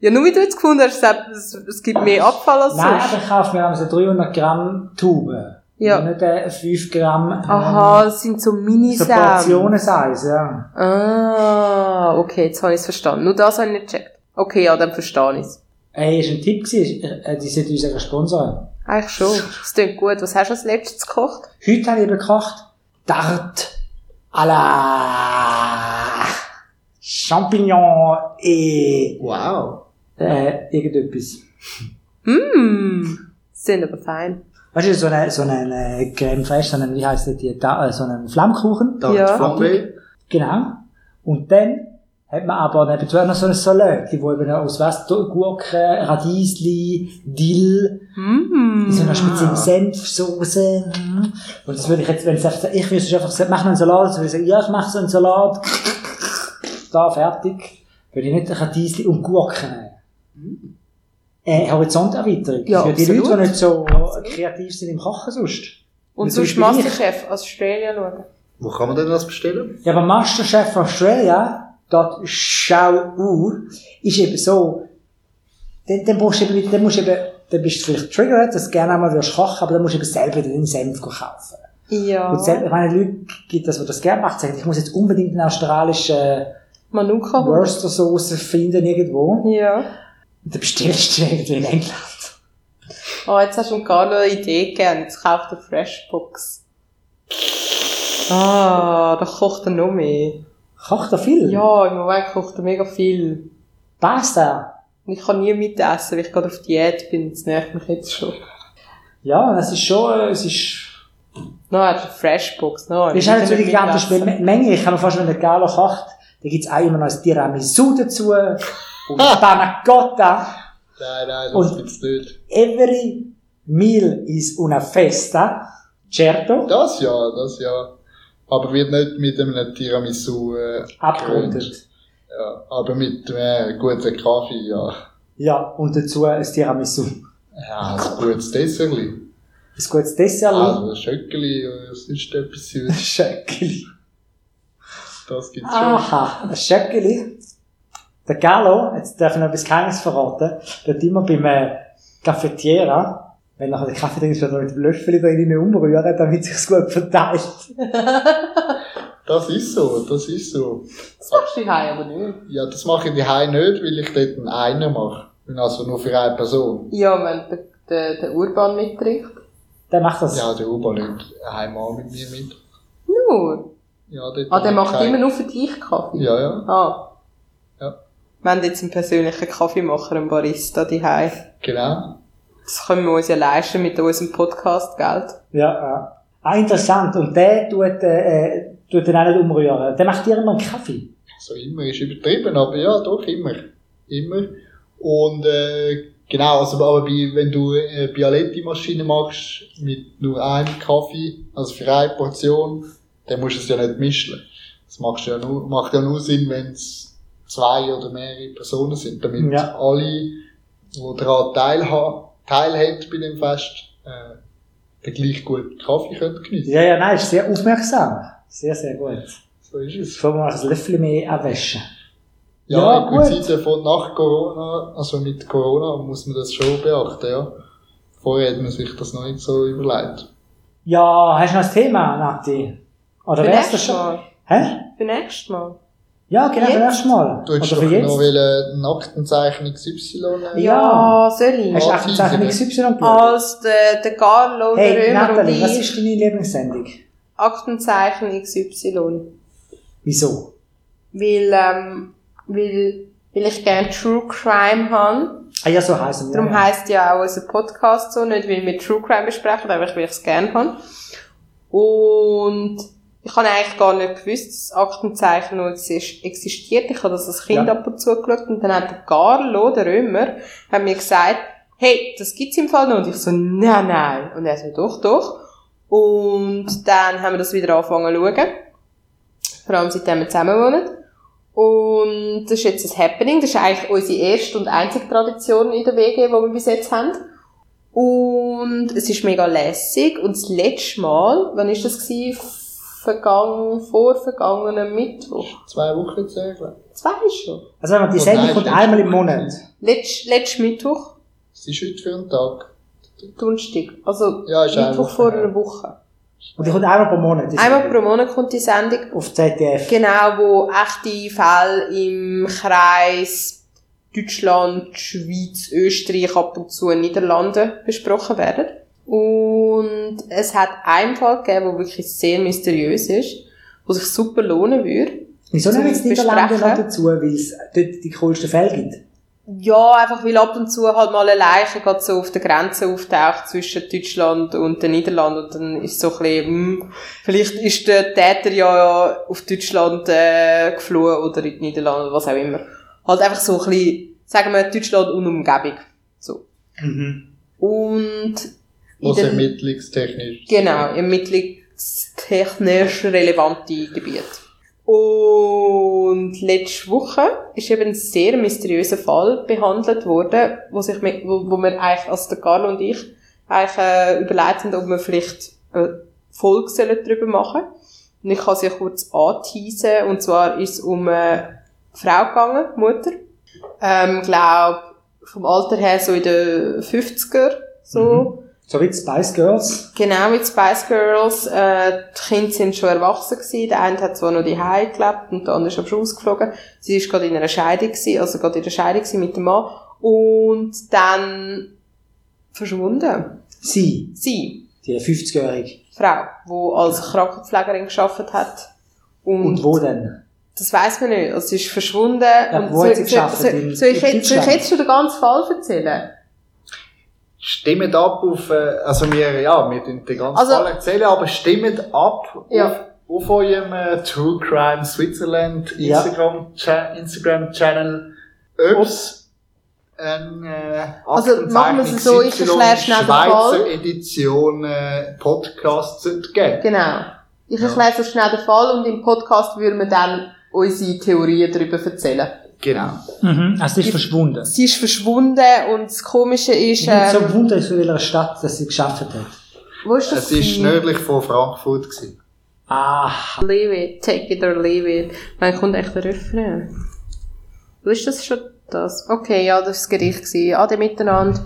[SPEAKER 3] Ja, nur wie du jetzt gefunden hast, es, es gibt mehr Abfall als
[SPEAKER 4] Nein,
[SPEAKER 3] sonst.
[SPEAKER 4] aber ich kaufe mir so 300 Gramm Tube.
[SPEAKER 3] Ja.
[SPEAKER 4] Nicht äh, 5 Gramm ähm,
[SPEAKER 3] Aha, es sind so
[SPEAKER 4] so
[SPEAKER 3] Mini-Senf.
[SPEAKER 4] Portionen-Size, ja.
[SPEAKER 3] Ah, okay, jetzt habe ich es verstanden. Nur das habe ich nicht gecheckt. Okay, ja, dann verstehe ich es.
[SPEAKER 4] Ey, ist ein Tipp gewesen, äh, die sollten uns eigentlich sponsern.
[SPEAKER 3] Eigentlich schon. Es klingt gut. Was hast du als letztes gekocht?
[SPEAKER 4] Heute habe ich eben gekocht Dart à la Champignon et
[SPEAKER 5] Wow.
[SPEAKER 4] äh, irgendetwas.
[SPEAKER 3] Mmm, sind aber fein.
[SPEAKER 4] Weißt du, so eine, so eine äh, Creme fraiche, so einen, wie heisst das, die, da, äh, so einen Flammkuchen.
[SPEAKER 5] Da
[SPEAKER 3] Ja.
[SPEAKER 5] ja. Flambe.
[SPEAKER 4] Genau. Und dann hat man aber nebenbei noch so ein Salat, die wo eben aus was, Gurken, Radiesli, Dill, in
[SPEAKER 3] Mmm.
[SPEAKER 4] so einer speziellen Senfsoße. Mhm. Und das würde ich jetzt, wenn es einfach, ich würde es einfach sagen, mach noch einen Salat, so würde ich sagen, ja, ich mache so einen Salat. da, fertig. Würde ich nicht ein Radiesli und Gurken nehmen. Äh, Horizonterweiterung.
[SPEAKER 3] Mhm. Ja,
[SPEAKER 4] Für die Leute,
[SPEAKER 3] absolut.
[SPEAKER 4] die nicht so kreativ sind im Kochen sonst.
[SPEAKER 3] Und
[SPEAKER 4] Mit
[SPEAKER 3] sonst
[SPEAKER 4] dem Vergleich.
[SPEAKER 3] Masterchef Australien schauen.
[SPEAKER 5] Wo kann man denn das bestellen?
[SPEAKER 4] Ja, aber Masterchef Australia, dort schau u, ist eben so, dann, dann brauchst du eben, wieder- dann musst du eben, dann bist du vielleicht triggert, dass du gerne einmal würdest kochen, aber dann musst du eben selber den Senf kaufen.
[SPEAKER 3] Ja.
[SPEAKER 4] Und selber, ich meine, Leute gibt das, die das gerne macht, sagen, ich muss jetzt unbedingt eine australische
[SPEAKER 3] Manuka.
[SPEAKER 4] Worcestersauce finden irgendwo.
[SPEAKER 3] Ja.
[SPEAKER 4] Und dann bestellst du <laughs> irgendwie in England.
[SPEAKER 3] Oh, jetzt hast du mir gar noch eine Idee gegeben. Jetzt kauf dir Freshbox. Ah, da kocht er noch mehr.
[SPEAKER 4] Kocht da viel?
[SPEAKER 3] Ja, im Moment kocht er mega viel.
[SPEAKER 4] Pasta.
[SPEAKER 3] Und ich kann nie mitessen, weil ich gerade auf Diät bin. Das nervt mich jetzt schon.
[SPEAKER 4] Ja, das ist schon, äh, es ist,
[SPEAKER 3] Nein, no, Freshbox. Nein,
[SPEAKER 4] Das ist halt so die gigantische Menge. Ich kann mir vorstellen, wenn der Galo kocht, dann gibt's auch immer noch ein Tiramisu dazu und Panna Cotta.
[SPEAKER 5] Nein, nein,
[SPEAKER 4] Und-
[SPEAKER 5] das gibt's nicht.
[SPEAKER 4] Every meal is una festa. Certo.
[SPEAKER 5] Das ja, das ja. Aber wird nicht mit einem Tiramisu, äh,
[SPEAKER 4] Abgerundet.
[SPEAKER 5] ja. aber mit einem guten Kaffee, ja.
[SPEAKER 4] Ja, und dazu ein Tiramisu.
[SPEAKER 5] Ja, ein gutes Dessertli.
[SPEAKER 4] Ein gutes <laughs> Dessert.
[SPEAKER 5] Also ein Schöckli, äh, sonst etwas Süßes.
[SPEAKER 4] Schöckeli.
[SPEAKER 5] Das gibt's
[SPEAKER 3] Ah.
[SPEAKER 5] schon.
[SPEAKER 4] Aha, ein Schöckeli. Der Gallo, jetzt darf ich noch etwas Geheimnis verraten, der hat immer beim äh, Cafetiera, wenn nachher der Kaffee drin ist, wird er mit dem Löffel drin umrühren, damit sich's gut verteilt.
[SPEAKER 5] Das ist so, das ist so.
[SPEAKER 3] Das machst du heim aber nicht.
[SPEAKER 5] Ja, das mache ich daheim nicht, weil ich dort einen Einer mache. Bin also nur für eine Person.
[SPEAKER 3] Ja, wenn der, der, der Urban mitträgt.
[SPEAKER 4] Der macht das.
[SPEAKER 5] Ja, der Uber nimmt einmal mit mir mit.
[SPEAKER 3] Nur.
[SPEAKER 5] Ja, dort
[SPEAKER 3] Ah, der
[SPEAKER 5] habe ich
[SPEAKER 3] macht
[SPEAKER 5] keinen-
[SPEAKER 3] immer nur für dich Kaffee.
[SPEAKER 5] Ja, ja,
[SPEAKER 3] Ah.
[SPEAKER 5] Ja.
[SPEAKER 3] Wenn du jetzt einen persönlichen Kaffeemacher, einen Barista daheim,
[SPEAKER 5] genau.
[SPEAKER 3] das können wir uns ja leisten mit unserem Podcast, gell?
[SPEAKER 4] Ja, ja. Ah, interessant. Und der tut, äh, äh, tut den auch nicht umrühren. Der macht dir immer einen Kaffee.
[SPEAKER 5] So Also immer ist übertrieben, aber ja, doch, immer. Immer. Und äh, genau, also aber bei, wenn du eine Bialetti-Maschine machst mit nur einem Kaffee, also für eine Portion, dann musst du es ja nicht mischen. Das machst du ja nur, macht ja nur Sinn, wenn es zwei oder mehrere Personen sind, damit
[SPEAKER 4] Ja.
[SPEAKER 5] alle, die daran teilha teilhaben bei dem Fest, äh, den gleich guten Kaffee können geniessen
[SPEAKER 4] Ja, ja, nein, ist sehr aufmerksam. Sehr, sehr gut.
[SPEAKER 5] So ist es.
[SPEAKER 4] Bevor wir noch ein Löffel mehr abwischen.
[SPEAKER 5] Ja,
[SPEAKER 4] Ja,
[SPEAKER 5] in der
[SPEAKER 4] gut.
[SPEAKER 5] Zeit von nach Corona, also mit Corona, muss man das schon beachten, ja. Vorher hat man sich das noch nicht so überlegt.
[SPEAKER 4] Ja, hast du noch ein Thema, Nati? Oder
[SPEAKER 3] Für
[SPEAKER 4] wär's das
[SPEAKER 3] nächstes
[SPEAKER 4] schon?
[SPEAKER 3] Mal.
[SPEAKER 4] Hä?
[SPEAKER 3] Für nächstes Mal.
[SPEAKER 4] Ja, genau,
[SPEAKER 3] Jetzt?
[SPEAKER 4] für nächstes Mal.
[SPEAKER 5] Du hättest
[SPEAKER 4] Oder
[SPEAKER 5] doch
[SPEAKER 4] für
[SPEAKER 5] noch
[SPEAKER 4] jetzt?
[SPEAKER 5] wollen, Nackenzeichnung Y. äh,
[SPEAKER 4] Ja.
[SPEAKER 3] ja soll ich?
[SPEAKER 4] Hast du
[SPEAKER 5] Ja,
[SPEAKER 4] 18 Zeichen
[SPEAKER 5] teasern.
[SPEAKER 4] XY geschaut?
[SPEAKER 3] Als der, der Carlo und
[SPEAKER 4] Hey,
[SPEAKER 3] der Römer
[SPEAKER 4] Nathalie,
[SPEAKER 3] und
[SPEAKER 4] was
[SPEAKER 3] ich
[SPEAKER 4] ist deine Lieblingssendung?
[SPEAKER 3] Aktenzeichen XY.
[SPEAKER 4] Wieso?
[SPEAKER 3] Weil, ähm, weil, weil ich gerne True Crime habe.
[SPEAKER 4] Ah ja, so heißen
[SPEAKER 3] Darum heisst Also ja auch unser Podcast so, nicht weil wir True Crime besprechen, aber weil ich es gerne habe. Und ich habe eigentlich gar nicht gewusst, dass Aktenzeichen noch exis- existiert. Ich habe das als Kind
[SPEAKER 4] Ja.
[SPEAKER 3] ab und zu geschaut und dann hat der Carlo, der Römer, hat mir gesagt, hey, das gibt's im Fall noch. Und ich so, nein, nein. Und er so, doch, doch. Und dann haben wir das wieder angefangen zu schauen. Vor allem seitdem wir zusammen wohnen. Und das ist jetzt ein Happening. Das ist eigentlich unsere erste und einzige Tradition in der WG, die wir bis jetzt haben. Und es ist mega lässig. Und das letzte Mal, wann ist das gewesen? Vergangen, vor vergangenen Mittwoch.
[SPEAKER 5] Zwei Wochen zu segeln.
[SPEAKER 3] Zwei schon.
[SPEAKER 4] Also wenn man die
[SPEAKER 5] Oh,
[SPEAKER 4] Sendung
[SPEAKER 5] nein,
[SPEAKER 4] kommt
[SPEAKER 5] stimmt.
[SPEAKER 4] einmal im Monat.
[SPEAKER 3] Letzt, letztes Mittwoch,
[SPEAKER 5] Was ist heute für ein Tag?
[SPEAKER 3] Donnerstag. Also,
[SPEAKER 5] Ja, ist eine
[SPEAKER 3] Mittwoch
[SPEAKER 5] Woche
[SPEAKER 3] vor
[SPEAKER 5] her.
[SPEAKER 3] einer Woche.
[SPEAKER 4] Und die kommt einmal pro Monat.
[SPEAKER 3] Einmal pro Monat kommt die Sendung.
[SPEAKER 4] Auf ZDF.
[SPEAKER 3] Genau, wo echte Fälle im Kreis Deutschland, Schweiz, Österreich, ab und zu Niederlande besprochen werden. Und es hat einen Fall gegeben, der wirklich sehr mysteriös ist, wo sich super lohnen würde.
[SPEAKER 4] Wieso nehmen
[SPEAKER 3] Zum
[SPEAKER 4] jetzt die Niederlande noch
[SPEAKER 3] Besprechen.
[SPEAKER 4] dazu, weil es dort die coolsten Fälle gibt?
[SPEAKER 3] Ja, einfach weil ab und zu halt mal eine Leiche gerade so auf der Grenze auftaucht zwischen Deutschland und den Niederlanden und dann ist so ein bisschen, hm, vielleicht ist der Täter ja auf Deutschland äh, geflohen oder in die Niederlande oder was auch immer. Halt einfach so ein bisschen, sagen wir, Deutschland und Umgebung. So.
[SPEAKER 4] Mhm.
[SPEAKER 3] Und in
[SPEAKER 5] Was
[SPEAKER 3] den,
[SPEAKER 5] ermittlungstechnisch.
[SPEAKER 3] genau, ermittlungstechnisch relevante Gebiet. Und letzte Woche ist eben ein sehr mysteriöser Fall behandelt worden, wo, sich, mit- wo, wo wir eigentlich, also der Carlo und ich, eigentlich äh, überlegt haben, ob wir vielleicht eine Folge sollen darüber machen Und ich kann sie ja kurz anteasen. Und zwar ist es um eine Frau gegangen, Mutter. Ähm, glaube, vom Alter her so in den 50er, so.
[SPEAKER 4] Mhm. So wie die Spice Girls.
[SPEAKER 3] Genau, mit Spice Girls. Äh, die Kinder sind schon erwachsen gewesen. Der eine hat zwar noch die Hause gelebt und der andere ist aber schon ausgeflogen. Sie ist gerade in einer Scheidung gewesen, also gerade in der Scheidung gewesen mit dem Mann. Und dann verschwunden.
[SPEAKER 4] Sie,
[SPEAKER 3] Sie,
[SPEAKER 4] die 50-Jährige.
[SPEAKER 3] Frau, die als Krankenpflegerin gearbeitet hat. Und,
[SPEAKER 4] Und wo denn?
[SPEAKER 3] das weiß man nicht. Also sie ist verschwunden. und
[SPEAKER 4] wo hat sie
[SPEAKER 3] soll, soll,
[SPEAKER 4] gearbeitet?
[SPEAKER 3] soll,
[SPEAKER 4] In-
[SPEAKER 3] soll, ich
[SPEAKER 4] in
[SPEAKER 3] jetzt, soll ich
[SPEAKER 4] Deutschland?
[SPEAKER 3] jetzt schon den ganzen Fall erzählen?
[SPEAKER 5] Stimmt ab auf, äh, also wir, ja, wir tun den ganzen
[SPEAKER 3] Also-
[SPEAKER 5] Fall erzählen, aber stimmt ab
[SPEAKER 3] Ja.
[SPEAKER 5] auf, auf eurem äh, True Crime Switzerland
[SPEAKER 4] Ja.
[SPEAKER 5] Instagram, Cha- Instagram Channel, ob's ein, äh,
[SPEAKER 3] Also machen wir es so, ich
[SPEAKER 5] XY
[SPEAKER 3] erkläre schnell den Fall.
[SPEAKER 5] Schweizer Edition äh, Podcast zu geben.
[SPEAKER 3] Genau. Ich
[SPEAKER 5] Ja.
[SPEAKER 3] erkläre so schnell den Fall und im Podcast würden wir dann unsere Theorien darüber erzählen.
[SPEAKER 5] Genau.
[SPEAKER 4] Mhm. Also sie ist
[SPEAKER 3] Ich-
[SPEAKER 4] verschwunden.
[SPEAKER 3] Sie ist verschwunden und das Komische ist,
[SPEAKER 4] Ich bin
[SPEAKER 3] ähm,
[SPEAKER 4] so wundern, in welcher Stadt dass sie geschafft hat.
[SPEAKER 3] wo ist das?
[SPEAKER 5] Es ist nördlich von Frankfurt gewesen.
[SPEAKER 4] Ah,
[SPEAKER 3] Leave it, take it or leave it. Wann kommt echt der Refrain? Wo ist das schon das? Okay, ja, das war das Gericht. gewesen. Ade miteinander.